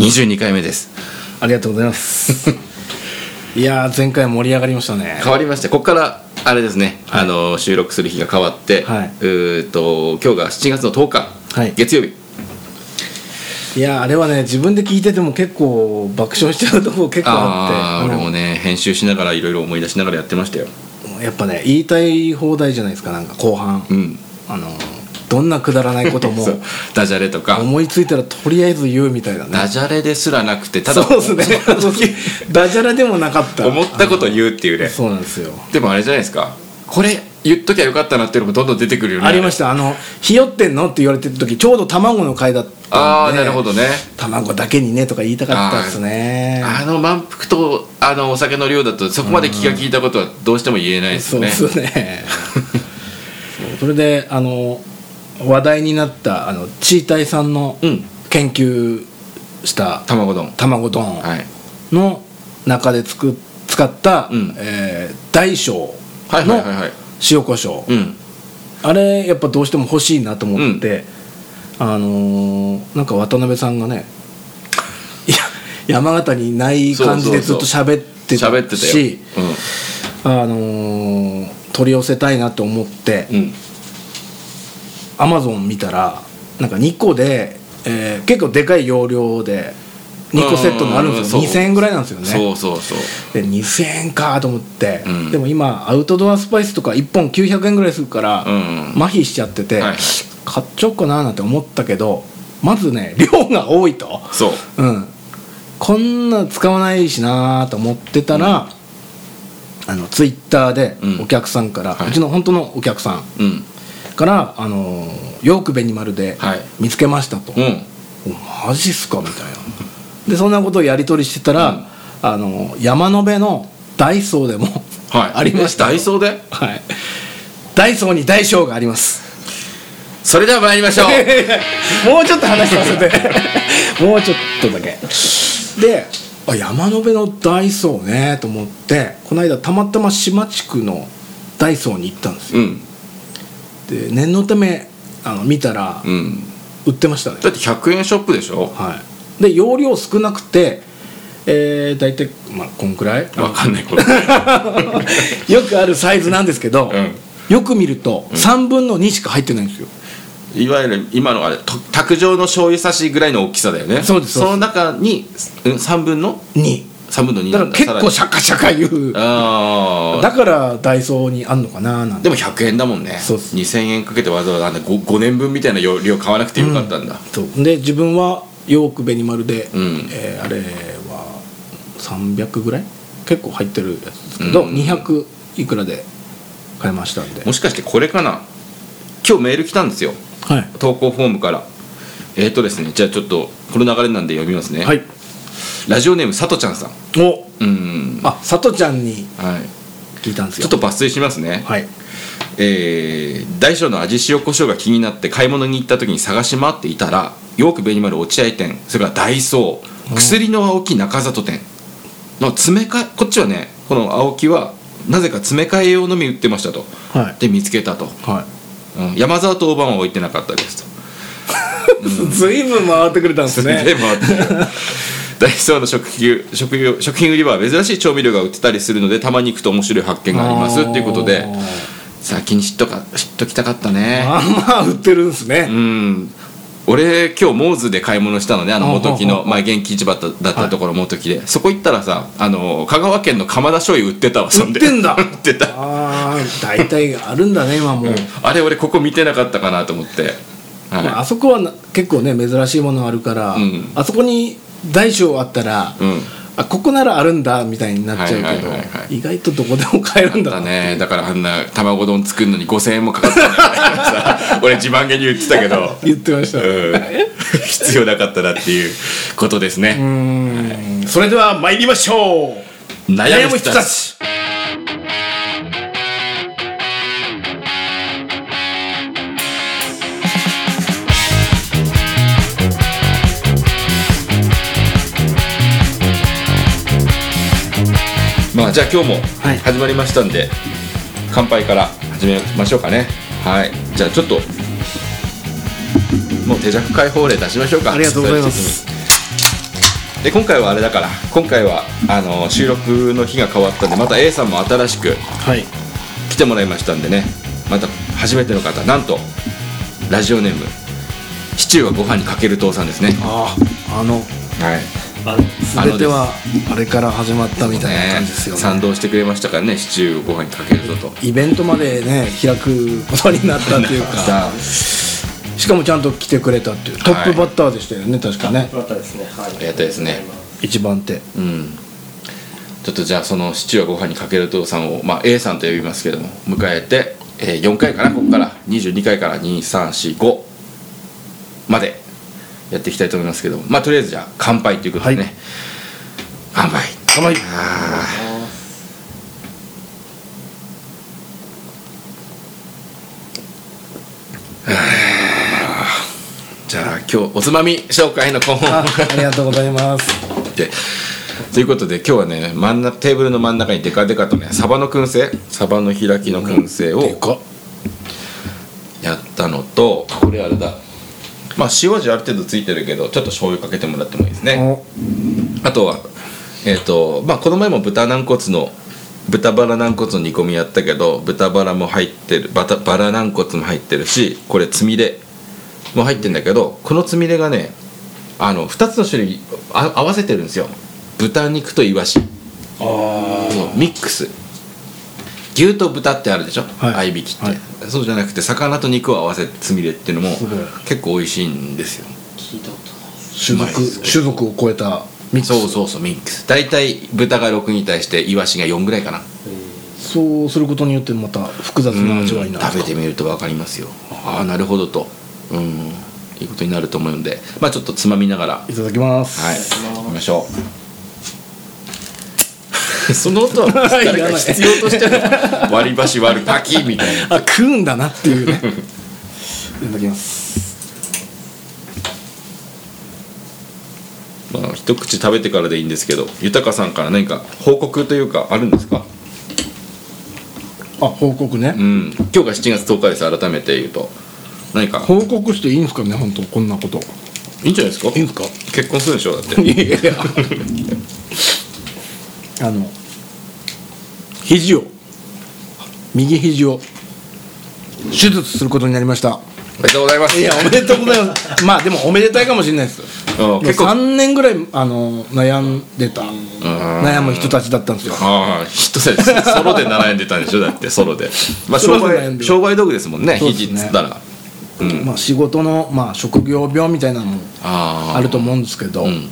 22回目ですありがとうございます いやー前回盛り上がりましたね変わりましたここからあれですね、はいあの収録する日が変わって、はいうーと今日が7月の10日、はい月曜日いやーあれはね自分で聞いてても結構爆笑しちゃうとこ結構あああって俺もね編集しながらいろいろ思い出しながらやってましたよあのやっぱね言いたい放題じゃないですかなんか後半、うんあのどんなくだらないことも そうダジャレとか思いついたらとりあえず言うみたいなねダジャレですらなくてただそう ですねダジャレでもなかった思ったこと言うっていうねそうなんですよでもあれじゃないですかこれ言っときゃよかったなっていうのもどんどん出てくるよねありましたあの「ひよってんの?」って言われてる時ちょうど卵の回だったんでああなるほどね卵だけにねとか言いたかったですねあの満腹とあのお酒の量だとそこまで気が利いたことはどうしても言えないですそうよねで すねそうそれであの話題になったあのチータイさんのうん研究した卵丼卵丼はいの中でつく使った、うんえー大小はいはいのはいはい塩コショウうんあれやっぱどうしても欲しいなと思って、あのーなんか渡辺さんがねいや山形にいない感じでずっと喋って喋ってたたよしあのー取り寄せたいなと思ってうんうんアマゾン見たらなんか2個で、えー結構でかい容量で2個セットのあるんですようんうんうんそう2000円ぐらいなんですよねそうそうそうで2000円かと思って、うんでも今アウトドアスパイスとか1本900円ぐらいするから、うん麻痺しちゃってて、はいはい買っちゃおうかななんて思ったけどまずね 量が多いとそううんこんな使わないしなと思ってたら、あのツイッターでうんお客さんから、うはいちの本当のお客さんうんから「あのーヨークベニマルではい見つけました」と。うんおマジっすかみたいなでそんなことをやり取りしてたら、あの山野辺のダイソーでもはい ありましたダイソーではいダイソーに大小がありますそれでは参りましょう もうちょっと話させ てもうちょっとだけであ山野辺のダイソーねと思ってこの間たまたま島地区のダイソーに行ったんです うよんで念のためあの見たらうん売ってましたねだって100円ショップでしょはい、で容量少なくて、えー、大体まあこんくらいわかんない これよくあるサイズなんですけど、うんよく見ると3分の2しか入ってないんですよ、いわゆる今のあれと卓上の醤油差しぐらいの大きさだよねそうですそうですの中にうん3分の二3分の2だなかんらだ結構シさャカシャカ言うらにあだからダイソーにあんのかななんーてでも100円だもんねそうっす2000円かけてわざわざあんな 5, 年分みたいな容量買わなくてよかったんだ、そうで自分はヨークベニマルで、うんえーあれは300ぐらい結構入ってるやつですけど、うん200いくらで買いましたんで、もしかしてこれかな今日メール来たんですよはい投稿フォームからえーとですねじゃあちょっとこの流れなんで読みますね、はいラジオネームさとちゃんさんおうんあさとちゃんにはい聞いたんですちょよっと抜粋しますねはいえー大小の味塩コショウが気になって買い物に行った時に探し回っていたらヨークベニマル落合店それからダイソー薬の青木中里店の詰め替えこっちはねこの青木はなぜか詰め替え用のみ売ってましたとはいで見つけたと、はうん山沢と大判は置いてなかったですとい。ずいぶん回ってくれたんですすげえね。回ってる ダイソーの食品食品食品売り場は珍しい調味料が売ってたりするのでたまに行くと面白い発見がありますっていうことで先に知っとか知っときたかったねまあまあ売ってるんですうね。ん俺今日モーズで買い物したのねあの元木ほうほうのほうまあ元気市場だっただったところ元木で、そこ行ったらさあの香川県の釜田醤油売ってたわそで売ってんだ 売ってたああ、大体あるんだね、今もう。あれ俺ここ見てなかったかなと思って、はいまあ、あそこはな結構ね、珍しいものあるから、うんあそこに大小あったら、うんあ、ここならあるんだ、みたいになっちゃうけど、はいはいはいは意外とどこでも買えるんだだな。ねだからあんな卵丼作るのに5000円もか かったんだよさ俺自慢げに言ってたけ ど言ってました。うん 必要なかったなっていうことですね、うんそれでは参りましょう悩む人たちまあじゃあ今日もはい始まりましたんで、乾杯から始めましょうかねはいじゃあちょっともう手弱解放令出しましょうかありがとうございますストレッチで今回はあれだから今回はあの収録の日が変わったんでまた A さんも新しくはい来てもらいましたんでねまた初めての方なんとラジオネームシチューはご飯にかける父さんですねあああのはいあのあの全てはあれから始まったみたいな感じですよねね賛同してくれましたからねシチューをご飯にかけるぞとイベントまでね開くことになったって いうかさあしかもちゃんと来てくれたっていうトップバッターでしたよね、確かねよかったですねはいありがたいですね一番手うんちょっとじゃあそのシチューはご飯にかける父さんを、まあ、A さんと呼びますけども迎えて、えー4回かなここから22回から2345までやっていきたいと思いますけどもまあとりあえずじゃあ乾杯ということでね、はい乾杯乾杯あーじゃあ今日おつまみ紹介のコーあンありがとうございますでということで今日はね真ん中テーブルの真ん中にデカデカとねサバの燻製サバの開きの燻製をかやったのとこれあれだまあ塩味ある程度ついてるけどちょっと醤油かけてもらってもいいですねおあとはえっ、とまあこの前も豚軟骨の豚バラ軟骨の煮込みやったけど豚バラも入ってるバタバラ軟骨も入ってるしこれつみれも入ってんだけどこのつみれがねあの2つの種類あ合わせてるんですよ豚肉とイワシそうミックス牛と豚ってあるでしょ、はい合いびきって、はいそうじゃなくて魚と肉を合わせてつみれっていうのもすごい結構美味しいんですよ聞いたことないです種うまいです族種族を超えたミックスそうそうそうミックス大体豚が6に対してイワシが4ぐらいかなそうすることによってまた複雑な味わいになる食べてみると分かりますよああなるほどとうんいうことになると思うのでまあちょっとつまみながらはいいただきます、行きましょ うその音は誰か必要として る割り箸割るパキみたいなあ食うんだなっていう ねいただきますまあ一口食べてからでいいんですけど豊さんから何か報告というかあるんですかあ報告ね、うん今日が7月10日です改めて言うと何か報告していいんですかね本当こんなこといいんじゃないですかいいんですか結婚するでしょだってあの肘を右肘を手術することになりましたおめでとうございますいやおめでとうございます まあでもおめでたいかもしれないですあ結構3年ぐらいあの悩んでた悩む人たちだったんですよああヒットセルソロで並んでたんでしょだってソロでまあソロ商で悩売んでる商売道具ですもんねそうです肘ねっつったらまあ仕事の、まあ、職業病みたいなのもああると思うんですけど、ううんん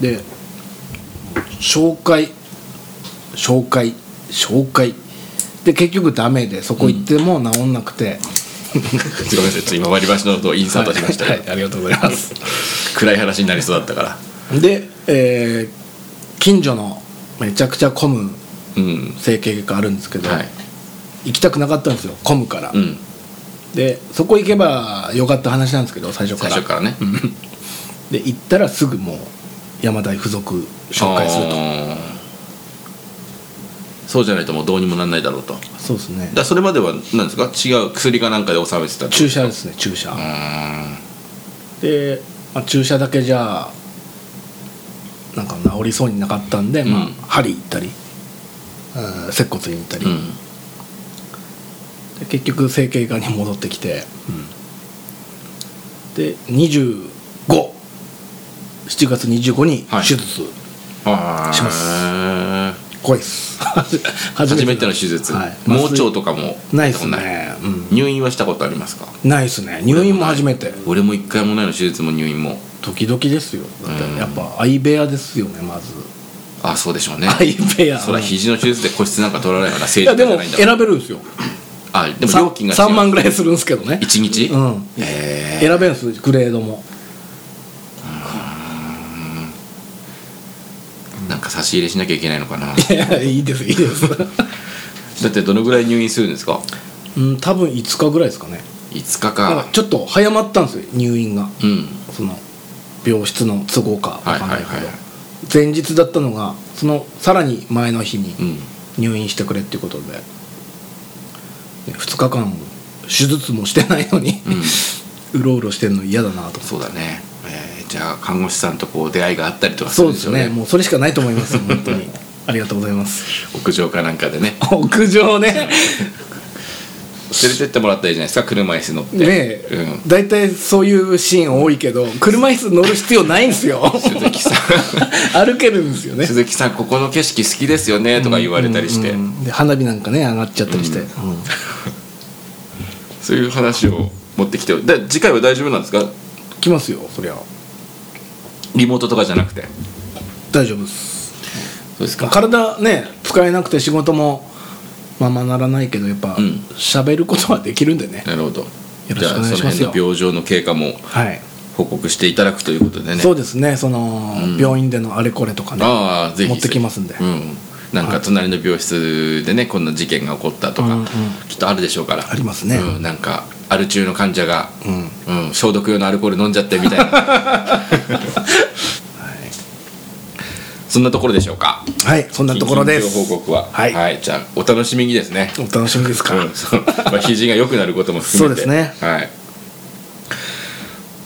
で紹介紹介紹介で結局ダメでそこ行っても治んなくて、ごめんなさいちょっと今割り箸の音をインサートしましたはいはいありがとうございます暗い話になりそうだったからで、えー近所のめちゃくちゃ混むうん整形外科あるんですけど、はい行きたくなかったんですよ混むから、うんでそこ行けばよかった話なんですけど最初か最ら初からねで行ったらすぐもう山大附属紹介するとあーそうじゃないともうどうにもなんないだろうとだかそうですねらそれまでは何ですか違う薬かなんかで収めてたって注射ですね注射、で、まあ、注射だけじゃなんか治りそうになかったんで、まあうん、針行ったり、うん、接骨院行ったり、うーんで結局整形外科に戻ってきて、で257月25にはい手術、うんします怖いっす 初 初めての手術はい盲腸とかもないっすやったね、ことない入院はしたことありますかうん、ないっすね入院も初めて俺も一回もないの手術も入院も時々ですよだってうんやっぱ相部屋ですよねま ずあそうでしょうね相 部屋そりゃ肘の手術で個室なんか取られないからい正常やじでゃもないんだもん選べるんですよあでもさ料金が違う3万ぐらいするんですけどね1日うんえ選べるんですグレードもーなんか差し入れしなきゃいけないのかないやいいですいいですだってどのぐらい入院するんですか うん多分5日ぐらいですかね5日だからかちょっと早まったんですよ入院がうんその病室の都合かわかんないけど、はいはいはい前日だったのがそのさらに前の日うにん入院してくれっていうことで、2日間手術もしてないのに、うろうろしてんの嫌だなと思ってそうだねえーじゃあ看護師さんとこう出会いがあったりとかすそるうんででしすょうねねもうそれしかないと思います本 当にありがとうございます屋上かなんかでね屋上ね連れてってもらったらいいじゃないですか車椅子乗ってねえ、うん大体そういうシーン多いけど車椅子乗る必要ないんで すよ鈴木さん歩けるんですよ ね鈴木さんここの景色好きですよねとか言われたりして、うんうんで花火なんかね上がっちゃったりして、うんそういう話を持ってきてで次回は大丈夫なんですか来ますよそりゃリモートとかじゃなくて大丈夫ですそうですか体ね使えなくて仕事もまあまあならないけどやっぱうん喋、ることはできるんでねなるほどよろしくお願いしますよじゃあその辺の病状の経過もはい報告していただくということでねそうですねその、うん病院でのあれこれとかねああぜひ持ってきますんでうん、なんか隣の病室でねこんな事件が起こったとか、うんうんきっとあるでしょうからありますねうん、なんかアル中の患者が、うんうん消毒用のアルコール飲んじゃってみたい な、そんなところでしょうかはいそんなところで緊急す報告ははいじゃあお楽しみにですね、お楽しみですか、うんそうまあ、肘が良くなることも含めてそうですはい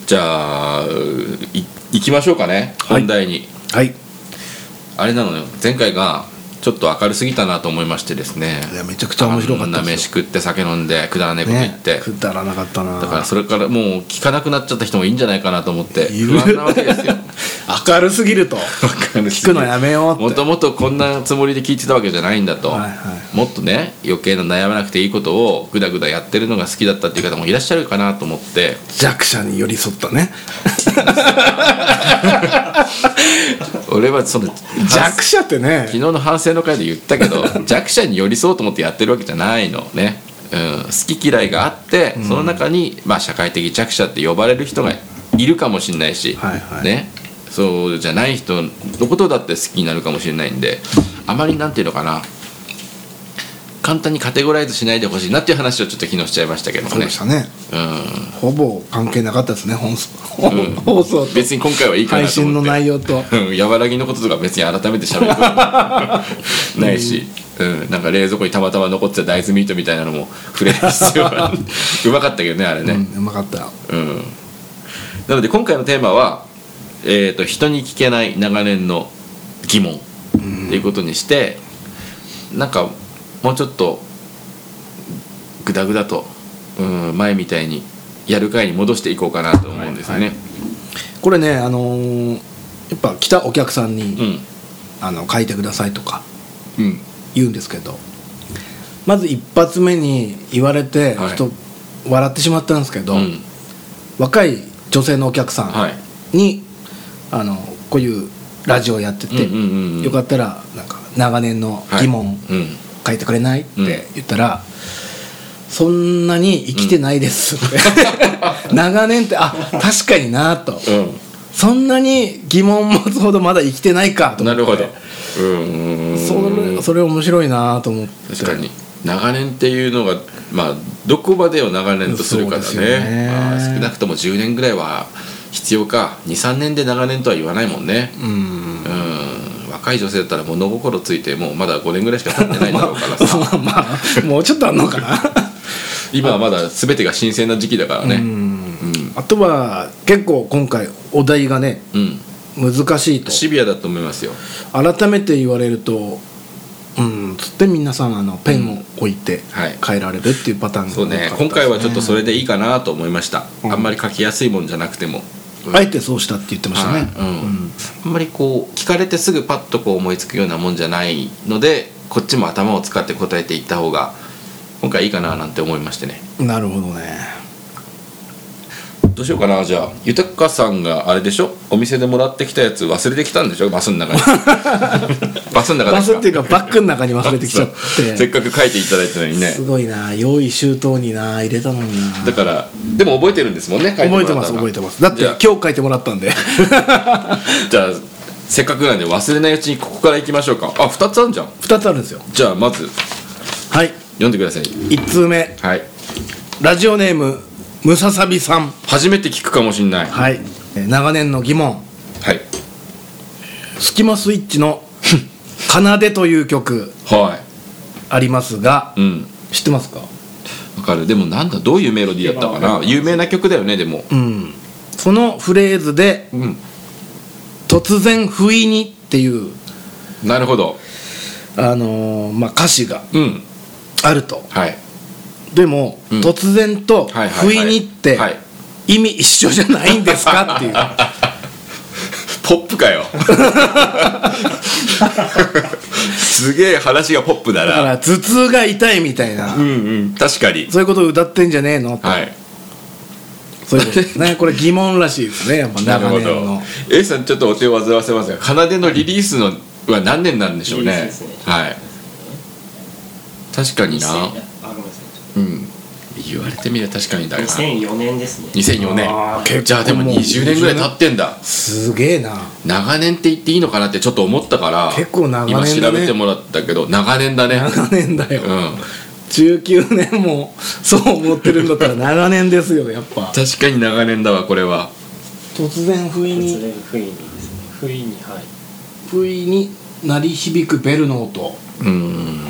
じゃあいいきましょうかねはい本題に、はいあれなのよ前回がちょっと明るすぎたなと思いましてですねいやめちゃくちゃ面白かったあんなで飯す食って酒飲んでくだらねえよ、こと言って、ね、くだらなかったなだからそれからもう聞かなくなっちゃった人もいいんじゃないかなと思ってい不る安なわけです よ明るすぎると聞聞くのやめようってもともとこんなつもりで聞いてたわけじゃないんだと、はいはいもっとね余計な悩まなくていいことをぐだぐだやってるのが好きだったっていう方もいらっしゃるかなと思って弱者に寄り添ったね俺はその弱者ってね昨日の反省の会で言ったけ ど弱者に寄り添おうと思ってやってるわけじゃないのね、うん、好き嫌いがあって、その中に、まあ、社会的弱者って呼ばれる人がいるかもしれないし、はいはいね、そうじゃない人のことだって好きになるかもしれないんであまりなんていうのかな簡単にカテゴライズしないでほしいなっていう話をちょっと昨日しちゃいましたけどもそうねでしたねうんほぼ関係なかったですね本数ん放送と別に今回はいいかな配と思って信の内容とうん、やばらぎのこととか別に改めて喋る こともないし、うん、なんか冷蔵庫にたまたま残ってた大豆ミートみたいなのも触れる必要 がうまかったけどねあれうね、んうまかったようん、なので今回のテーマは、えーと「人に聞けない長年の疑問」っていうことにしてなんかもうちょっとグダグダと、うん、前みたいにやる回に戻していこうかなと思うんですよね。これねあのーやっぱ来たお客さんに、うんあの書いてくださいとかうん言うんですけどまず一発目に言われて、はいちょっと笑ってしまったんですけど、うん若い女性のお客さはいんに、あのこういうラジオやってて、うんうんうんうんよかったらなんか長年の疑問はいうん書いてくれない、うんって言ったら。そんなに生きてないですって、 長年ってあ確かになと、うんそんなに疑問持つほどまだ生きてないかと思なってるほど。うん。それそれ面白いなと思って確かに長年っていうのがまあどこまでを長年とするかだそね。うですよねまあ少なくとも10年ぐらいは必要か。2、3年で長年とは言わないもんね。うん うん。若い女性だったら物心ついてもうまだ5年ぐらいしか経ってないだろうから さ。まあまあもうちょっとあんのかな今はまだ全てが新鮮な時期だからうね。んあとは結構今回お題がねうん。難しいとシビアだと思いますよ。改めて言われるとうんつって皆さんあのペンを置いてはい変えられるっていうパターンがそうね。今回はちょっとそれでいいかなと思いました。あんまり書きやすいもんじゃなくても。あえてそうしたって言ってましたね、はいうんあんまりこう聞かれてすぐパッとこう思いつくようなもんじゃないのでこっちも頭を使って答えていった方が今回いいかななんて思いましてねうんなるほどねどうしようかなじゃあ豊さんがあれでしょお店でもらってきたやつ忘れてきたんでしょバスの中に バスの中バですスかっていうかバッグの中に忘れてきちゃっそう せってかく書いていただいたのにねすごいな用意周到にな入れたのになだからでも覚えてるんですもんね書いも覚らったえてのまがす覚えてますだってじゃ今あ日書いてもらったんで じゃあせっかくなんで忘れないうちにここから行きましょうかあ二2つあるじゃん2つあるんですよじゃあまずはい読んでください1通目はいラジオネームムササビさん初めて聞くかもしんないはいえー長年の疑問はい「スキマスイッチ」の 「奏で」という曲はありますがいうん知ってますかわかるでもなんだどういうメロディーだったかな有名な曲だよねでもうんそのフレーズでうん「突然不意に」っていう、なるほどあのーまあ、歌詞がうんあるとはいでも、うん突然とはいはいはい不意にってはい意味一緒じゃないんですか っていうポップかよ すげえ話がポップだだかなら頭痛が痛いみたいな、うんうん確かにそういうことを歌ってんじゃねえのと、はいそういうことですねこれ疑問らしいですねやっぱなる長ほ年のど A さんちょっとお手を煩わせますが奏でのリリースのは何年なんでしょうリリーねスですねはい確かにな2000あごめんなさうん言われてみれば確かにだない2004年ですね2004あー結構もう年じゃあでも20年ぐらい経ってんだすげえな長年って言っていいのかなってちょっと思ったから結構長年だね今調べてもらったけど長年だね7年だよ、うん19年もそう思ってるんだったら長年ですよやっぱ確かに長年だわこれは突然不意突に然不意にですね不意にはい不意に鳴り響くベルの音うん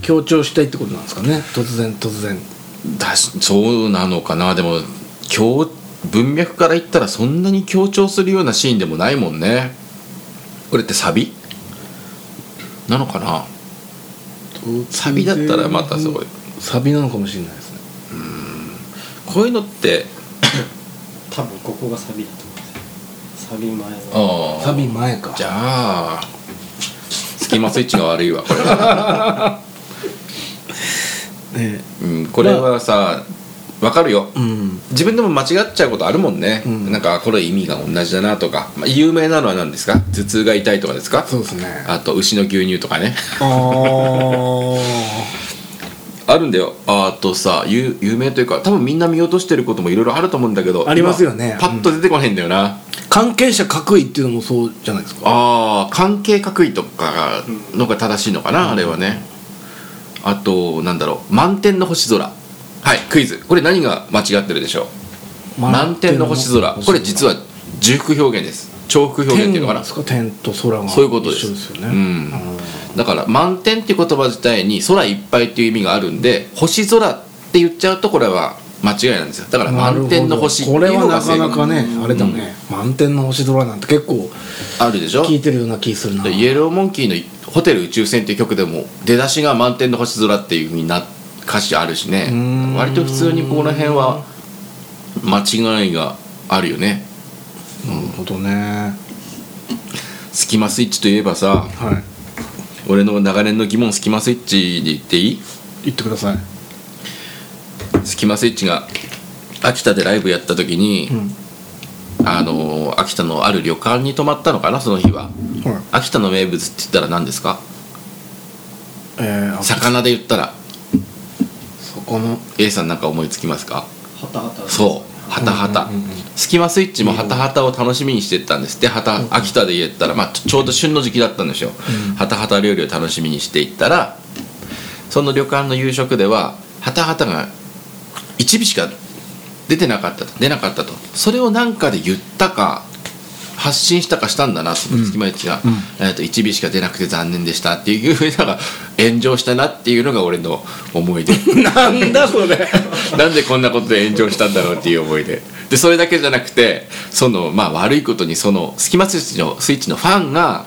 強調したいってことなんですかね突然突然だしそうなのかなでも強文脈から言ったらそんなに強調するようなシーンでもないもんねこれってサビなのかなサビだったらまたすごいサビなのかもしれないですねこういうのって多分ここがサビだと思いますサビ前のあーサビ前かじゃあスキマスイッチが悪いわこれは、えうん、これはさわかるよえうん自分でも間違っちゃうことあるもんね、うんなんかこれ意味が同じだなとか、まあ、有名なのは何ですか頭痛が痛いとかですかそうですねあと牛の牛乳とかねあーあるんだよあとさ有有名というか多分みんな見落としてることもいろいろあると思うんだけどありますよね今パッと出てこないんだよな、あ 関係者各位っていうのもそうじゃないですかあー関係各位とかのが正しいのかな、あれはねあとなんだろう満天の星空はいクイズこれ何が間違ってるでしょう満天の星空これ実は重複表現です重複表現っていうのか天なですか天と空がそういうことです一緒ですようね、んあだから満点っていう言葉自体に空いっぱいっていう意味があるんで星空って言っちゃうとこれは間違いなんですよだからーなるほ満ど点の星っていこうれはのがな正解かなかねあれだね、満天の星空なんて結構あるでしょ聞いてるような気するなイエローモンキーの「ホテル宇宙船」っていう曲でも出だしが「満点の星空」っていう風にな歌詞あるしねうーん割と普通にこの辺は間違いがあるよねなるほどねスキマスイッチといえばさはい俺の長年の疑問スキマスイッチで言っていい言ってくださいスキマスイッチが秋田でライブやった時に、あのー秋田のある旅館に泊まったのかなその日ははい秋田の名物って言ったら何ですかえー、あ魚で言ったらそこの A さんなんか思いつきますかハタハタそうハタハタ、うんうんうんスキマスイッチもハタハタを楽しみにしてたんですってハタ秋田で言ったら、まあ、ちょちょうど旬の時期だったんですよ、ハタハタ料理を楽しみにしていったらその旅館の夕食ではハタハタが一尾しか出てなかったと出なかったとそれを何かで言ったか発信したかしたんだなそのスキマスイッチが、えーと一尾しか出なくて残念でしたっていうふうになんか 炎上したなっていうのが俺の思い出 なんだそれ なんでこんなことで炎上したんだろうっていう思いででそれだけじゃなくてその、まあ、悪いことにそのスキマスイッチのスイッチのファンが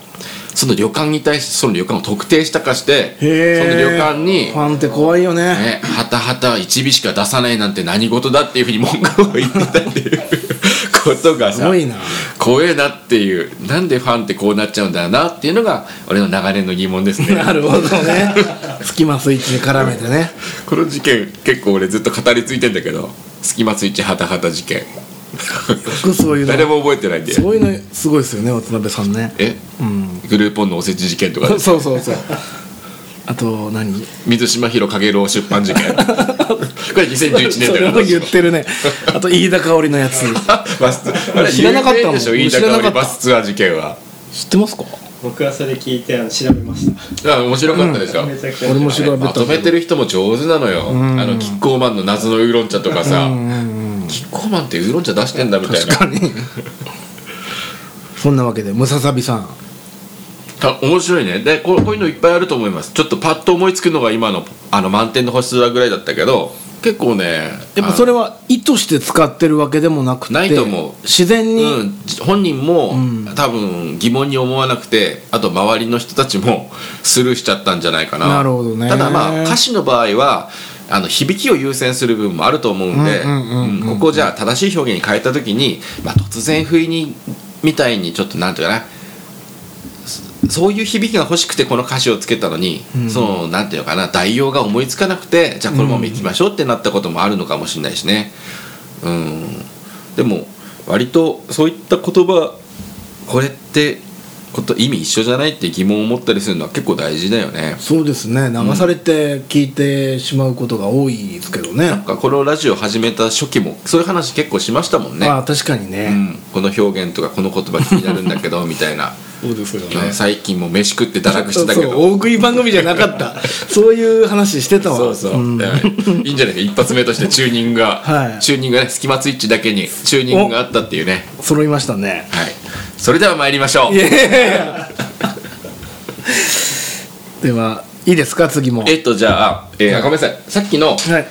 その旅館に対してその旅館を特定したかしてそへえの旅館にフ。ァンって怖いよねね、はたはた一尾しか出さないなんて何事だっていうふうに文句を言ってたっていうことがすさごいな怖えなっていうなんでファンってこうなっちゃうんだろうなっていうのが俺の長年の疑問ですね なるほどねスキマスイッチに絡めてねこの事件結構俺ずっと語りついてんだけどスキマスイッチはたはた事件僕そういうの誰も覚えてないんでそういうのすごいですよね渡辺さんねえうんグルーポンのおせち事件とか そうそうそうあと何水島ひろかげろう出版事 件これ2011年そだれよも言ってるねあと飯田香織のやつバスあれ知らなかった有もん名でしょ飯知田ら香なかった織バスツアー事件は知ってますか僕はそれ聞いてあの調べましたあ面白かったでしょ、めちゃくちゃ俺も調べたまとめてる人も上手なのよ、あのキッコーマンの謎のウーロン茶とかさ、キッコーマンってウーロン茶出してんだみたい確なかに そんなわけでムササビさんあ面白いねでこうこういうのいっぱいあると思いますちょっとパッと思いつくのが今のあの満点の星空ぐらいだったけど結構ねやっぱそれは意図して使ってるわけでもなくてないと思う自然に、うん、本人も、うん多分疑問に思わなくてあと周りの人たちもスルーしちゃったんじゃないかななるほどねただまあ歌詞の場合はあの響きを優先する部分もあると思うんでうんうんうんうんうんここじゃあ正しい表現に変えた時に、まあ、突然不意にみたいにちょっとなんていうかなそそういう響きが欲しくてこの歌詞をつけたのに、うんそのなんていうのかな代用が思いつかなくてじゃあこのままいきましょうってなったこともあるのかもしれないしね。うんでも割とそういった言葉これってこと意味一緒じゃないって疑問を持ったりするのは結構大事だよね。そうですね流されて聞いてしまうことが多いですけどね、なんかこのラジオ始めた初期もそういう話結構しましたもんね、まあ確かにうね、ん、この表現とかこの言葉気になるんだけ どみたいな、そうですようん最近も飯食って堕落してたそけうそうど大食い番組じゃなかった そういう話してたわそうそう、んはいいいんじゃないですか一発目としてチューニングが、はいチューニングがねスキマスイッチだけにチューニングがあったっていうね揃いましたねはいそれでは参りましょういやいやい やではいいですか次もえっとじゃあ、えーあごめんなさいさっきのはい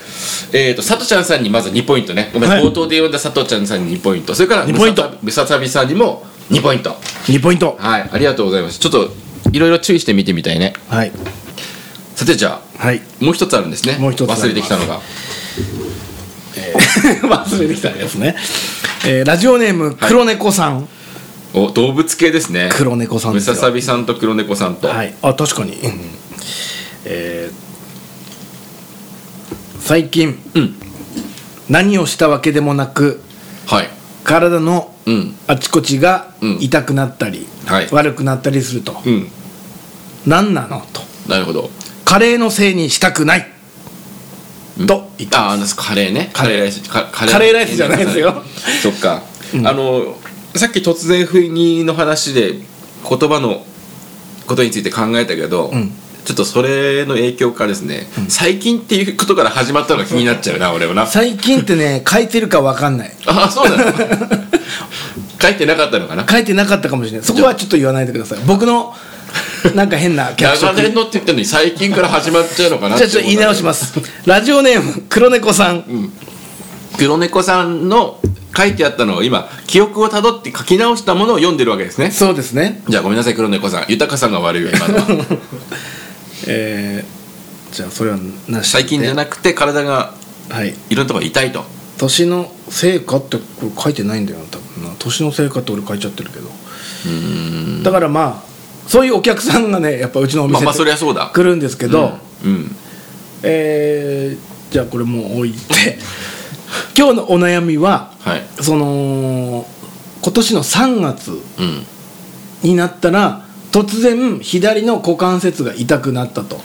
えー、と佐藤ちゃんさんにまず2ポイントねごめん、はい冒頭で呼んだ佐藤ちゃんさんに2ポイントそれから2ポイントムササビさんにも2ポイント2ポイントはいありがとうございますちょっといろいろ注意して見てみたいねはいさてじゃあはいもう一つあるんですねもう一つあります忘れてきたのが 忘れてきたやつね、えーラジオネーム黒猫さん、お動物系ですね黒猫さんムですよササビさんと黒猫さんと、はい、あ確かに、うんえー最近うん何をしたわけでもなくはい体のうんあちこちがうん痛くなったり、はい悪くなったりすると、うん何なのとなるほどカレーのせいにしたくない、うんと言ってあまあのカレーねカレーライスかカカレーライスじゃないですよそっか、あのさっき突然不意にの話で言葉のことについて考えたけど、うんちょっとそれの影響からですね、最近っていうことから始まったのが気になっちゃうな俺はな最近っ てね書いてるか分かんないあそうなの書いてなかったのかな書いてなかったかもしれないそこはちょっと言わないでください僕のなんか変 な脚色長年のって言ったのに最近から始まっちゃうのかなじゃあちょっと言い直しますすラジオネーム黒猫さん、黒猫さんの書いてあったのを今記憶をたどって書き直したものを読んでるわけですねそうですねじゃあごめんなさい黒猫さん豊さんが悪いよ今のは えーじゃあそれはなし最近じゃなくて体がはいいろんなところ痛いと年の成果ってこれ書いてないんだよな多分な年の成果って俺書いちゃってるけどだからまあそういうお客さんがねやっぱうちのおまあ店まあそりにゃそうだ来るんですけど、うんえーじゃあこれもう置いて 今日のお悩みははいその今年の3月うんになったら突然左の股関節が痛くなったと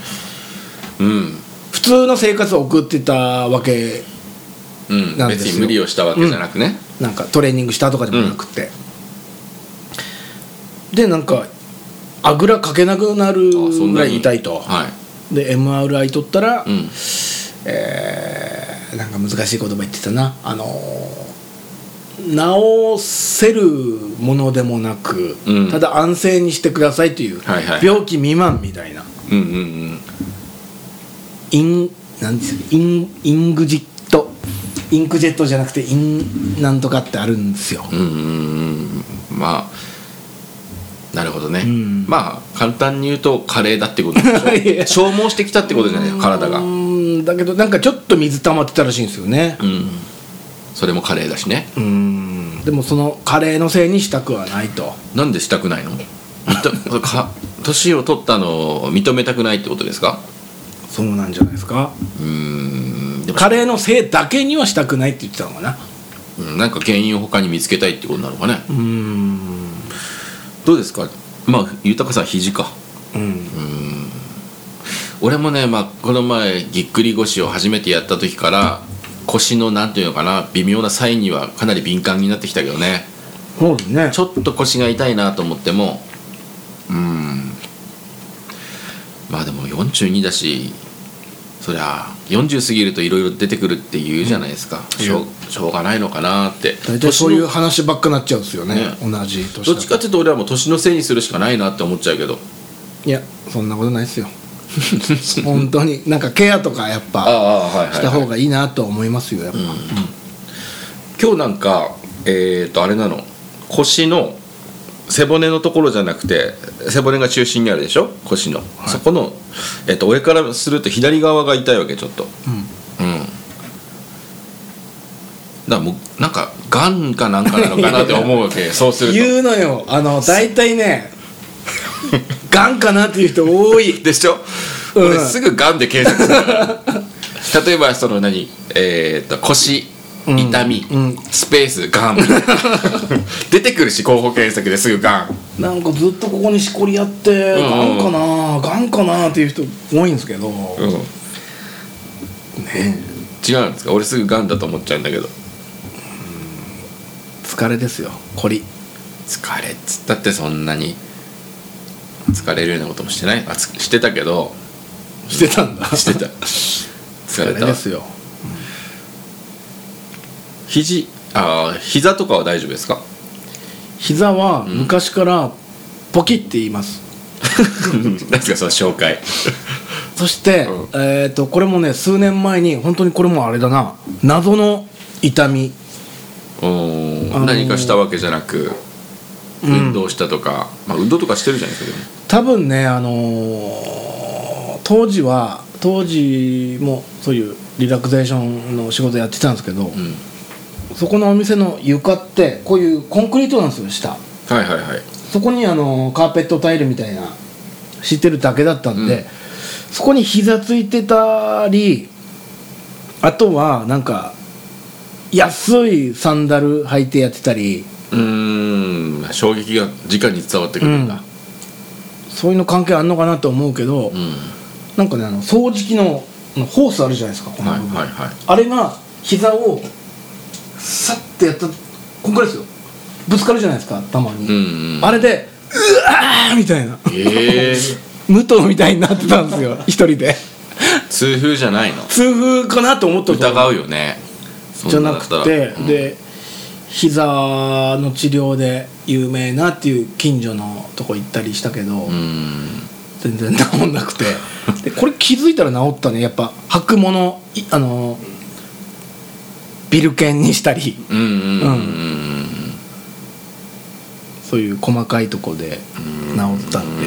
うん普通の生活を送ってたわけうんなんです別よに無理をしたわけじゃなくねなんかトレーニングしたとかでもなくて、でなんかあぐらかけなくなるあそんぐならにい痛いと、はいで MRI 取ったら、うんえーなんか難しい言葉言ってたなあのー治せるものでもなく、うんただ安静にしてくださいという、はいはい病気未満みたいなうんうんインなんですインイングジットインクジェットじゃなくてインなんとかってあるんですよ、うんうんうんうんまあなるほどねんまあ簡単に言うと加齢だってことでしょ いや消耗してきたってことじゃない体がううんーんだけどなんかちょっと水溜まってたらしいんですよねそれも加齢だしねうーんでもそのカレーのせいにしたくはないとなんでしたくないの認めか年を取ったのを認めたくないってことですかそうなんじゃないですかうーんでもカレーのせいだけにはしたくないって言ってたのかなうんなんか原因を他に見つけたいってことなのかねうーんどうですかまあ豊さん肘かうん俺もね、まあ、この前ぎっくり腰を初めてやった時から腰のなんていうのかな微妙なサインにはかなり敏感になってきたけどねそうですねちょっと腰が痛いなと思ってもうーんまあでも42だしそりゃ40過ぎるといろいろ出てくるって言うじゃないですか、しょうしょうがないのかなって大体そうい年う話ばっかなっちゃうんですよねね同じ年だ のどっちかっていうと俺はもう年のせいにするしかないなって思っちゃうけどいやそんなことないですよ本当になんかケアとかやっあぱあはいはい、はい、した方がいいなとは思いますよやっぱ、今日なんかえっ、とあれなの腰の背骨のところじゃなくて背骨が中心にあるでしょ腰の、そこの、えー、と俺からすると左側が痛いわけちょっとうんうんだからもうなんかがんかなんかなのかなって思うわけそうすると言うのよあの大体 ねがんかなっていう人多いでしょ、うん俺すぐがんで検索するから例えばその何えっ、と腰ん痛み、うんスペースがん 出てくるし候補検索ですぐがんなんかずっとここにしこりあってうんがんかながんかなっていう人多いんですけど、うん違うんですか俺すぐがんだと思っちゃうんだけど疲れですよこり疲れっつったってそんなに疲れるようなこともしてないあつしてたけど してたんだしてた 疲れ疲れたですよ肘あー膝とかは大丈夫です か膝は昔からポキって言います、何ですかその紹介そして、うんえっ、とこれもね数年前に本当にこれもあれだな謎の痛みうーんあのー何かしたわけじゃなくうん運動したとか、まあ運動とかしてるじゃないですかでも多分ねあのー当時は当時もそういうリラクゼーションの仕事やってたんですけど、んそこのお店の床ってこういうコンクリートなんですよ下はいはいはいそこにあのーカーペットタイルみたいな敷いてるだけだったんで、うんそこに膝ついてたりあとはなんか安いサンダル履いてやってたり、うーん衝撃が直に伝わってくるんだ、そういうの関係あんのかなと思うけど、うんなんかねあの掃除機のあのホースあるじゃないですかこのは部い分、はいはいあれが膝をさってやったこんくらいですよぶつかるじゃないですかたまに、うんうんあれでうわーみたいなええ武藤みたいになってたんで すよ一人で痛風じゃないの痛風かなと思ったんですよ疑うよねじゃなくて、で膝の治療で有名なっていう近所のとこ行ったりしたけど、うんうん全然治んなくてでこれ気づいたら治ったねやっぱ履くものいあのビル犬にしたりうんうんうんそういう細かいとこで治ったんで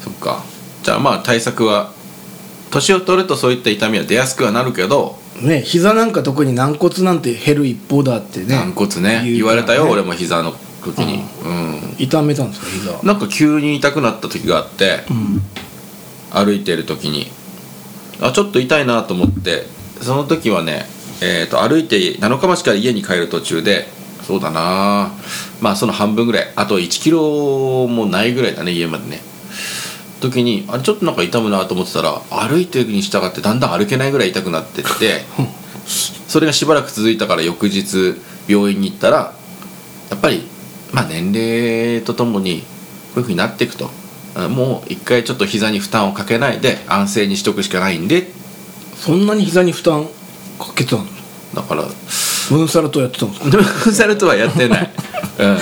そっかじゃあまあ対策は年を取るとそういった痛みは出やすくはなるけど、ね膝なんか特に軟骨なんて減る一方だってね軟骨ね言う言われたよ、俺も膝の時にうん痛めたんですか膝なんか急に痛くなった時があって、ん歩いてる時にあちょっと痛いなと思ってその時はね、えー、と歩いて七日町から家に帰る途中でそうだなまあその半分ぐらいあと1キロもないぐらいだね家までね時にあれちょっとなんか痛むなと思ってたら歩いてるに従ってだんだん歩けないぐらい痛くなってってそれがしばらく続いたから翌日病院に行ったらやっぱり、まあ、年齢とともにこういうふうになっていくとあもう一回ちょっと膝に負担をかけないで安静にしとくしかないんでそんなに膝に負担かけてたのだからムーンサルトやってたんですかでもフンサルとはやってない、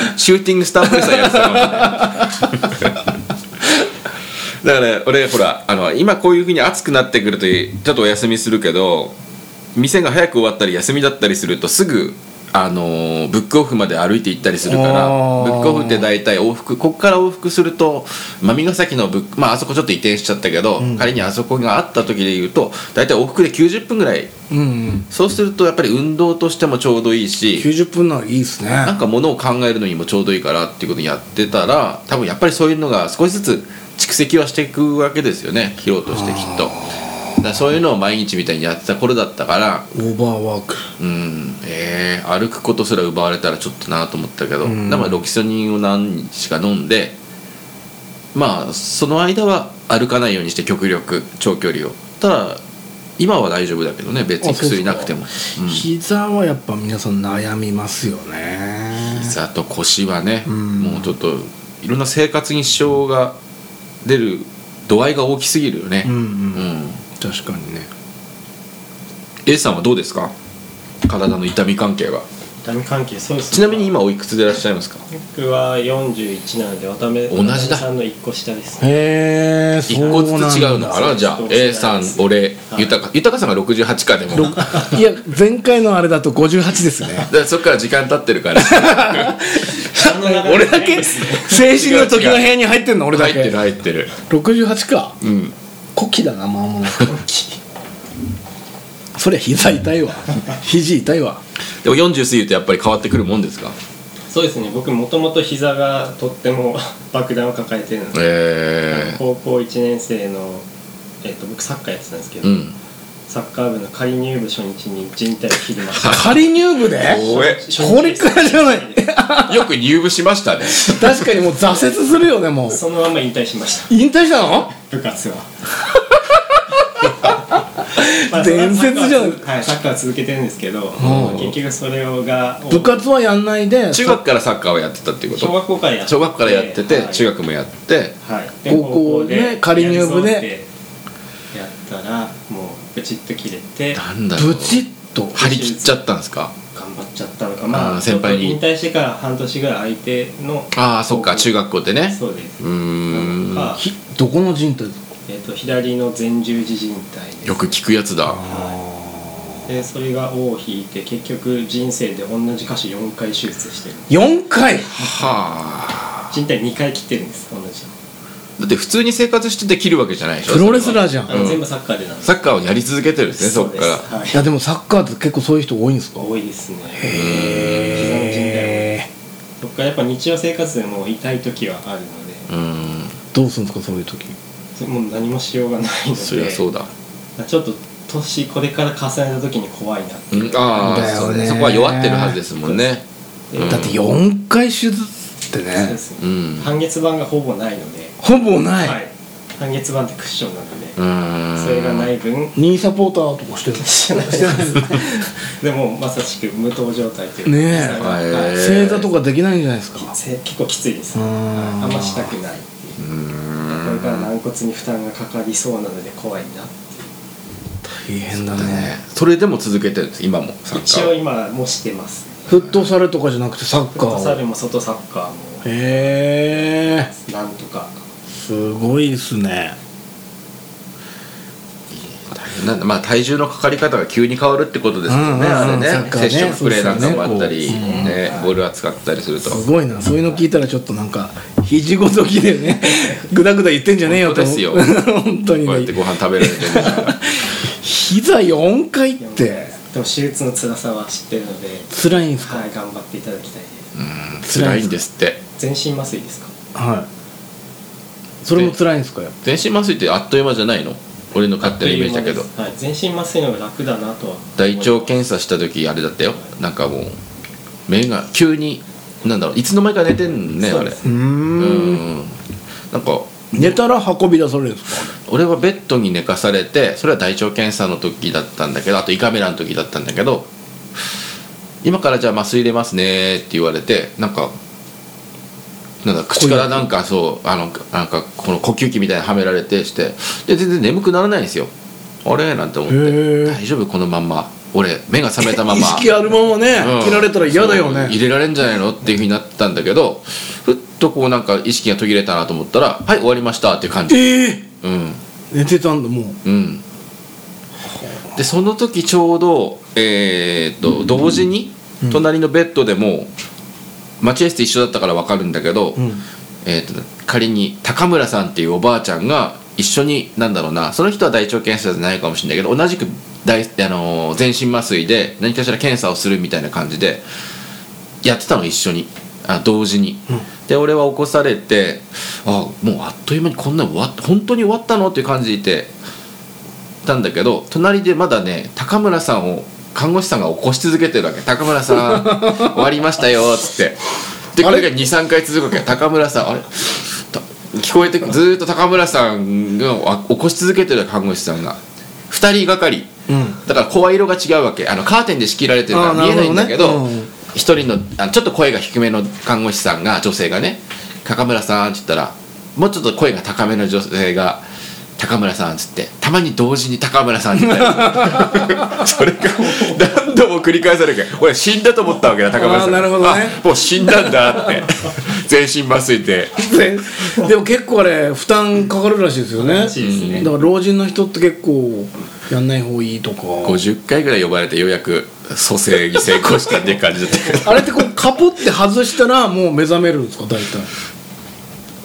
うん、シューティングスタープレスはやってたかもしれないだから俺ほらあの今こういうふうに暑くなってくるとちょっとお休みするけど店が早く終わったり休みだったりするとすぐあのーブックオフまで歩いて行ったりするからあーブックオフって大体往復ここから往復するとまあヶ崎のブックまああそこちょっと移転しちゃったけど、仮にあそこがあった時で言うと大体往復で90分ぐらいうん、うん、そうするとやっぱり運動としてもちょうどいいし90分ならいいですね なんかものを考えるのにもちょうどいいからっていうことをやってたら多分やっぱりそういうのが少しずつ蓄積はしていくわけですよね疲労としてきっとだからそういうのを毎日みたいにやってた頃だったからオーバーワークうんえー歩くことすら奪われたらちょっとなと思ったけど、んだからロキソニンを何日か飲んでまあその間は歩かないようにして極力長距離をただ今は大丈夫だけどね別に薬なくても、うん膝はやっぱ皆さん悩みますよね膝と腰はね、うんもうちょっといろんな生活に支障が出る度合いが大きすぎるよねうん、ううん、ん確かにね A さんはどうですか体の痛み関係は痛み関係そうですねちなみに今おいくつでいらっしゃいますか僕は41なので渡辺同じださんの1個 下ですねへえ一個ずつ違うのかなじゃあそう A さん俺はい豊か豊かさんが68かでもだかいや前回のあれだと58ですねらそっから時間経ってる から下の名 前俺だけ 精神の時の部屋に入ってんの俺だ入ってける入ってる68かうん古希だなまあもなくそりゃ膝痛いわ肘痛いわでも40過ぎるとやっぱり変わってくるもんですかそうですね僕もともと膝がとっても 爆弾を抱えてるのでええ高校1年生の、えっと僕サッカーやってたんですけど、うんサッカー部の仮入部初日に靭帯を切りました仮入部で怖え初日これからじゃないよく入部しましたね確かにもう挫折するよねもうそのまま引退しました引退したの 部活は伝説じゃんはいサッカーは続けてるんですけど、結局それをが部活はやんないで中学からサッカーをやってたっていうこ小と学校からやってて小学からやってはてい中学もやってはい、高校ね仮入部でやりそうってやったらもうブチッと切れてなんだろうブチッと張り切っちゃったんですか頑張っちゃったのかあまーあ先輩にちょっと引退してから半年ぐらい相手のああそっか中学校でねそうですうーんまあひどこの靭帯ですかえっと左の前十字靭帯ですよく聞くやつだでそれが尾を引いて結局人生で同じ箇所4回手術してる4回はあ人体2回切ってるんです同じのだって普通に生活してて切るわけじゃないでしょプロレスラーじゃんあの全部サッカーでなんですサッカーをやり続けてるんですねそそうっでかすらはいいやでもサッカーって結構そういう人多いんですか多いですね膝の靭帯へえも僕はやっぱ日常生活でも痛い時はあるのでうーんどうするんですかそういう時それもう何もしようがないのでそりゃそうだ、ちょっと年これから重ねた時に怖いなってうん、あだあよそ,、ねそこは弱ってるはずですもんねだって4回手術ってそうでねすうねん半月板がほぼないので、ほぼない、はい半月板ってクッションなので、うーんそれがない分ニーサポーターとかしてるしてないですでもまさしく無糖状態というかねえはいへえ正座とかできないんじゃないですかせ結構きついですうねんあんましたくないっていうこれから軟骨に負担がかかりそうなので怖いな大変だねねそれでも続けてるんです今もサッ一カー応を今もしてますフットサルとかじゃなくてサッフッカトサールをも外サッカーもへえなんとかすごいですね大変なんだまあ体重のかかり方が急に変わるってことですよね、うんうんうんあれねサッカー接ね触プレーなんかもあったりそうですねねボール扱ったりするとすごいなそういうの聞いたらちょっとなんか肘ごときでねグダグダ言ってんじゃねえよと思う本当です 本当にこうやってねご飯食べられてるんだから膝4回ってでも手術の辛さは知ってるので辛いんですかはい頑張っていただきたいですうん辛いんですって全身麻酔ですかはいそれも辛いんですかやっ全身麻酔ってあっという間じゃないの俺の勝手なイメージだけどはい、全身麻酔の方が楽だなとは大腸検査した時あれだったよなんかもう目が急になんだろういつの間にか寝てんねそあうれでうすうーんんなんか寝たら運び出されるんですか俺はベッドに寝かされてそれは大腸検査の時だったんだけどあと胃カメラの時だったんだけど今からじゃあ麻酔入れますねって言われてなんかなんだ口からなんかそうあのなんかこの呼吸器みたいにはめられてしてで全然眠くならないんですよあれなんて思っへてー大丈夫このまんま俺目が覚めたまま 意識あるままねうん切られたら嫌だよそう入ねれられんじゃないのっていうふうになったんだけどふっとこうなんか意識が途切れたなと思ったら「はい終わりました」っていう感じええうん寝てたんだもううんでその時ちょうどえーっと同時に隣のベッドでも待合室一緒だったから分かるんだけど、うんえーっと仮に高村さんっていうおばあちゃんが一緒になんだろうなその人は大腸検査じゃないかもしれないけど同じく大、あのー全身麻酔で何かしら検査をするみたいな感じでやってたの一緒にあ同時に、で俺は起こされてあもうあっという間にこんな終わっ本当に終わったのっていう感じでいてたんだけど隣でまだね高村さんを看護師さんが起こし続けてるわけ高村さん終わりましたよっつってでこれが23回続くわけ高村さんあれた聞こえてくずーっと高村さんがあ起こし続けてる看護師さんが2人がかりうんだから声色が違うわけあのカーテンで仕切られてるからあー見えないんだけなるどほどねうん一、人のあのちょっと声が低めの看護師さんが女性がね「高村さん」って言ったらもうちょっと声が高めの女性が高村さん」っつってたまに同時に「高村さん」って言った りそれが何度も繰り返されるから俺死んだと思ったわけだ高村さんあーなるほどねあもう死んだんだって全身麻酔ででも結構あれ負担かかるらしいですよねらしいですねだから老人の人って結構やんない方がいいとか50回ぐらい呼ばれてようやく蘇生に成功したっていう感じだったけどあれってこうカポって外したらもう目覚めるんですか大体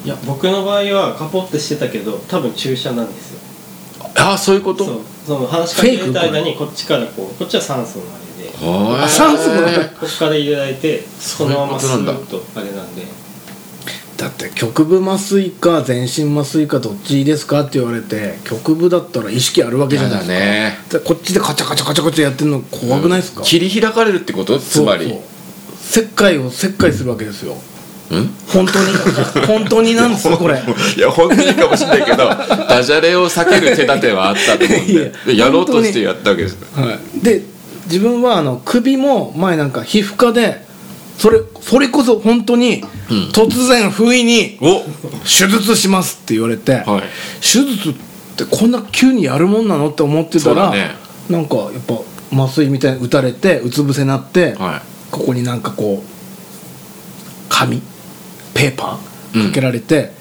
いや僕の場合はカポってしてたけど多分注射なんですよああそういうことそうその話しかけフェイてクた間にこっちからこうこっちは酸素のあれでへーあ酸素もなんかこっから入れられてそそういうのこままとスなんーだッとあれなんでだって局部麻酔か全身麻酔かどっちですかって言われて局部だったら意識あるわけじゃやなだいですかねだからこっちでカチャカチャカチャカチャやってるの怖くないですか、切り開かれるってことつまりそうそう切開を切開するわけですよん本当に本当になんですよこれ いや本当にかもしれないけ どダジャレを避ける手立てはあったと思うんいやででやろうとしてやったわけですはい、で自分はあの首も前なんか皮膚科でそれそれこそ本当に突然不意にお手術しますって言われて、はい手術ってこんな急にやるもんなのって思ってたそうら、だねなんかやっぱ麻酔みたいに打たれてうつ伏せになって、はいここになんかこう紙ペーパーかけられて、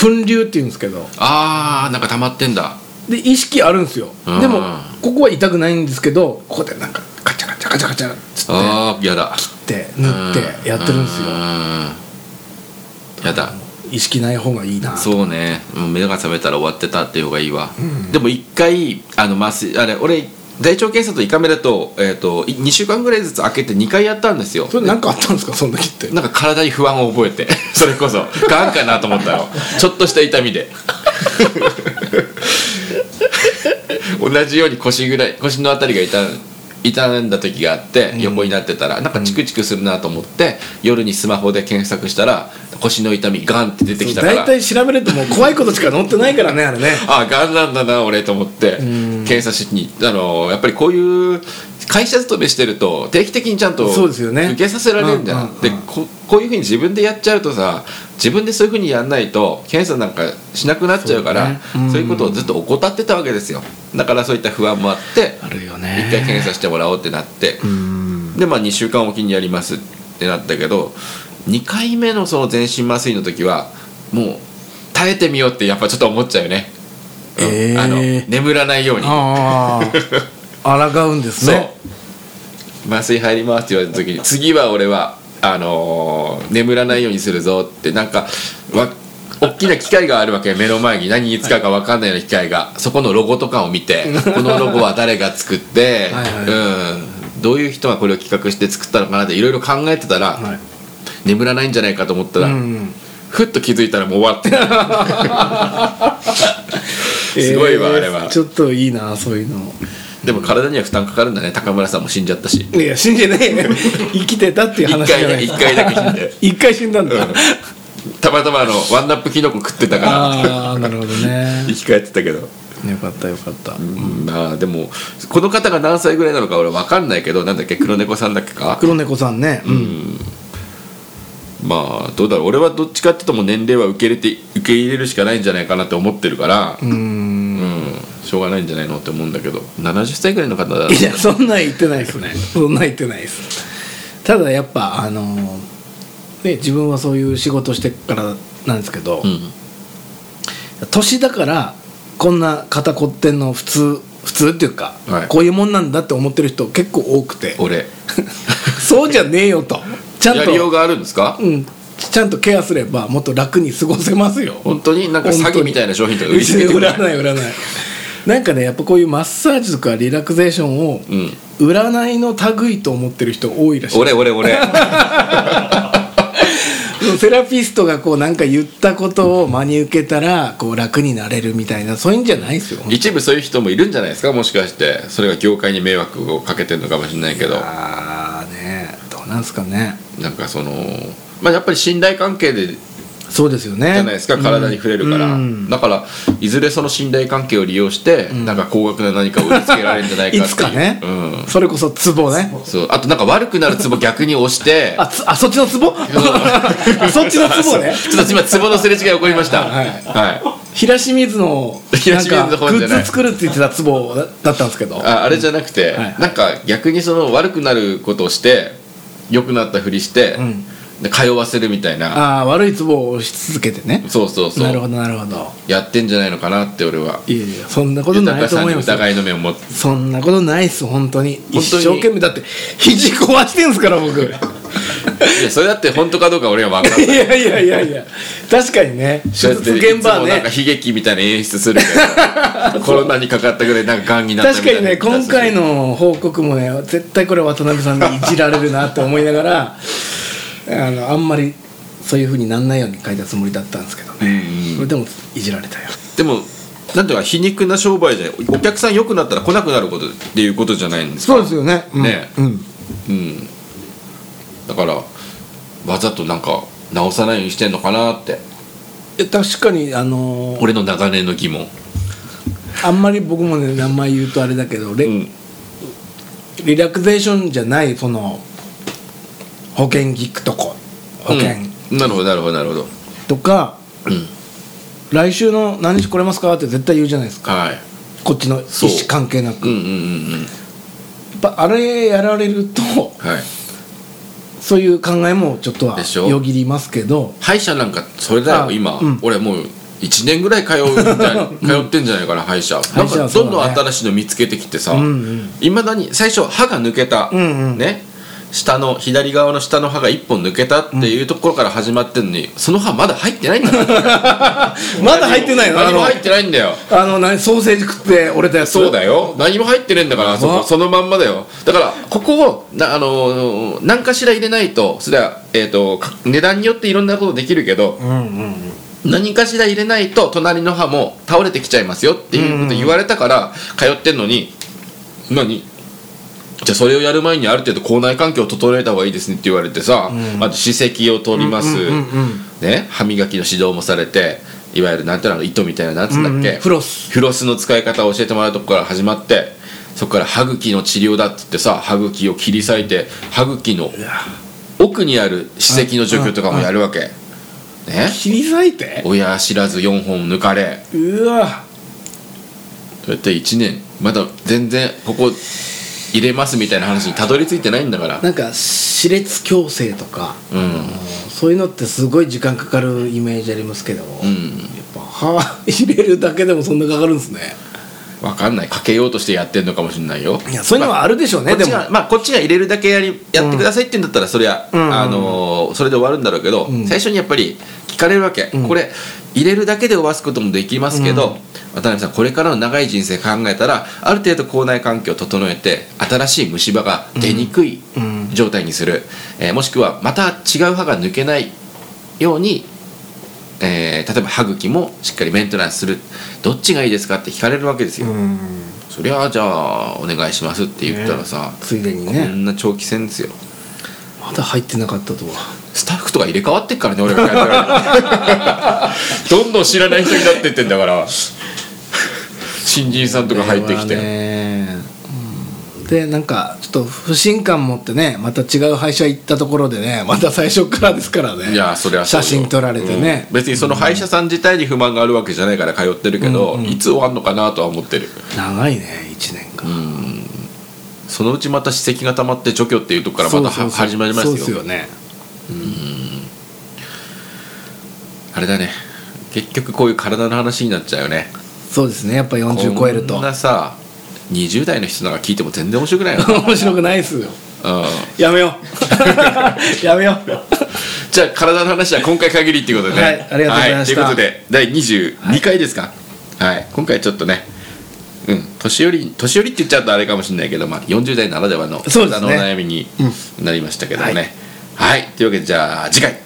粉瘤っていうんですけどあーなんか溜まってんだで意識あるんですようんでもここは痛くないんですけどここでなんかカチャカチャカチャカチャっつっああやだて塗ってやってるんですようんやだ意識ない方がいいなそうねもう目が覚めたら終わってたっていう方がいいわ、でも一回あの麻酔あれ俺大腸検査と胃カメラと,、えー、と2週間ぐらいずつ開けて2回やったんですよそれなんかあったんですかそん時ってなんか体に不安を覚えて それこそがんかなと思ったのちょっとした痛みで 同じように腰ぐらい腰のあたりが痛ん痛んだ時があって横になってたら、なんかチクチクするなと思って、夜にスマホで検索したら腰の痛みガンって出てきたから大体調べるともう怖いことしか載ってないからねあれねあがんなんだな俺と思って検査しにあのやっぱりこういう会社勤めしてると定期的にちゃんとそうですよね受けさせられるんだよ、うんうんうんでここういうふうに自分でやっちゃうとさ自分でそういうふうにやんないと検査なんかしなくなっちゃうからそう,、そうねうんいうことをずっと怠ってたわけですよだからそういった不安もあってあるよ一回検査してもらおうってなって、うんでまあ2週間おきにやりますってなったけど2回目のその全身麻酔の時はもう耐えてみようってやっぱちょっと思っちゃうよね、うんえーあの眠らないようにああ抗うんですそう、ね麻酔入りますって言われた時に次は俺はあのー眠らないようにするぞってなんかわ大きな機械があるわけ目の前に何に使うか分かんないような機械がそこのロゴとかを見てこのロゴは誰が作ってはういん、どういう人がこれを企画して作ったのかなっていろいろ考えてたら、はい眠らないんじゃないかと思ったら、うんふっと気づいたらもう終わってたすごいわ、えーあれはちょっといいなそういうのでも体には負担かかるんだね高村さんも死んじゃったしいや死ん でねえよ生きてたっていう一話じゃ回なだい一回だけ死んで 一回死んだんだ、たまたまあのワンナップキノコ食ってたからああなるほどね 生き返ってたけど、よかったよかったうん、まあでもこの方が何歳ぐらいなのか俺分かんないけどなんだっけ黒猫さんだっけか黒猫さんね、うん、まあどうだろう俺はどっちかっていうともう年齢は受け入れて受け入れるしかないんじゃないかなって思ってるからうんしょうがないんじゃないのって思うんだけど70歳ぐらいの方だいやそんなん言ってないですねそんなん言ってないですただやっぱあのね自分はそういう仕事してからなんですけど、うん年だからこんな肩こってんの普通普通っていうか、はいこういうもんなんだって思ってる人結構多くて俺そうじゃねえよとちゃんやりようと、があるんですかうん、ちゃんとケアすればもっと楽に過ごせますよ本当になんか詐欺みたいな商品とか売売りつけて売 くれらない売らないなんかねやっぱこういうマッサージとかリラクゼーションを占いの類と思ってる人多いらしい、俺俺俺セラピストがこうなんか言ったことを真に受けたらこう楽になれるみたいなそういうんじゃないですよ一部そういう人もいるんじゃないですかもしかしてそれが業界に迷惑をかけてるのかもしれないけどああねどうなんですかねなんかそのまあやっぱり信頼関係でじそうですよねゃないですか体に触れるから、うんだからいずれその信頼関係を利用して、なんか高額な何かを売りつけられるんじゃないかってい いうつかね、うん、それこそツボねそうあとなんか悪くなるツボ逆に押して あつあそっち のツボあそっちのツボねちょっと今ツボのすれ違い起こりましたはい、平清水の平な清水んのか方グじゃないッズ作るって言ってたツボだだったんですけどああれじゃなくて、はいはいなんか逆にその悪くなることをして良くなったふりして、うんで通わせるみたいなああ悪いツボを押し続けてねそうそうそなるほうどなるほどやってんじゃないのかなって俺はいやいやそんなことな豊かいとさん思にいますよ疑いの目を持ってそんなことないっす本当にに一生懸命だって肘壊してんすから 僕いいやそれだって本当かどうか俺は分かん ないやいやいやいや確かにねそう手やって術現場はなんねか悲劇みたいな演出するけ どコロナにかかったぐらいなんか癌になったみ確たかいなにね今回のの報告もね絶対これ渡辺さんにいじられるなって思いながらあのあんまりそういうふうになんないように書いたつもりだったんですけどね、それでもいじられたよでもなんていうか皮肉な商売じゃないお客さん良くなったら来なくなることっていうことじゃないんですかよね,、うんねうん、うんだからわざとなんか直さないようにしてんのかなって確かにあのー俺の長年の疑問あんまり僕もね名前言うとあれだけどレ,、うんリラクゼーションじゃないその保険聞くとこ保険うんなるほどなるほどなるほどとか、うん来週の何日来れますかって絶対言うじゃないですかはいこっちの意そう思関係なくうんうんうんうんやっぱあれやられると はいそういう考えもちょっとはでしょよぎりますけど歯医者なんかそれだよあ今、うん俺もう1年ぐらい通うみたい な通ってんじゃないかな歯医者歯なん医者かはそうどだんねどん新しいの見つけてきてさうんうんいま、未だに最初歯が抜けた、うんうんね下の左側の下の歯が1本抜けたっていうところから始まってんのに、その歯まだ入ってないんだよ まだ入ってないのあ何もの入ってないんだよあの何ソーセージ食って折れたやつそうだよ何も入ってねえんだからあそこあそのまんまだよだからここをなあのー何かしら入れないとそれは、えー、とか値段によっていろんなことできるけど、うんうんうん何かしら入れないと隣の歯も倒れてきちゃいますよっていうこと言われたから通ってんのに何じゃあそれをやる前にある程度口内環境を整えた方がいいですねって言われてさ、あと歯石を取ります、うんうんうんね、歯磨きの指導もされていわゆるなんていうの糸みたいななんつうんだっけ、うんうんフロスフロスの使い方を教えてもらうとこから始まってそこから歯茎の治療だって言ってさ歯茎を切り裂いて歯茎の奥にある歯石の除去とかもやるわけ。ね、切り裂いて親知らず4本抜かれうわそうやって1年まだ全然ここ入れますみたいな話にたどり着いてないんだからなんか歯列矯正とかうんそういうのってすごい時間かかるイメージありますけど、うやっんぱ歯入れるだけでもそんなかかるんですね分かんないかけようとしてやってんのかもしれないよいやそういうのはあるでしょうまね、あこっでちもがまあこっちが入れるだけやりやってくださいって言うんだったらそれは、うんあのーそれで終わるんだろうけど、ん最初にやっぱり聞かれるわけ、これ入れるだけで終わすこともできますけど、渡辺さんこれからの長い人生考えたらある程度口内環境を整えて新しい虫歯が出にくいうん状態にする、えーもしくはまた違う歯が抜けないようにえー例えば歯茎もしっかりメンテナンスするどっちがいいですかって聞かれるわけですよ、うんそりゃあじゃあお願いしますって言ったらさ、ついでにこねんな長期戦ですよまだ入ってなかったとはスタッフとか入れ替わってっからね俺が帰ったから どんどん知らない人になってってんだから新人さんとか入ってきて、これはねうんでなんかちょっと不信感持ってねまた違う歯医者行ったところでねまた最初からですからねいやそりゃそうよ写真撮られてねうん、別にその歯医者さん自体に不満があるわけじゃないから通ってるけど、いつ終わんのかなとは思ってる長いね1年間、そのうちまた歯石が溜まって除去っていうとこからまそうたそうそうは始まりますそようですよねあれだね結局こういう体の話になっちゃうよねそうですねやっぱ40超えることんなさ20代の人なんか聞いても全然面白くないよ な、面白くないですようんやめよう やめようじゃあ体の話は今回限りっていうことでね。はいありがとうございましたはということで第22回ですか。はい、今回ちょっとね。うん、年寄り年寄りって言っちゃうとあれかもしれないけど、まあ、40代ならではのそうです体のねお悩みになりましたけどもねはい、というわけでじゃあ次回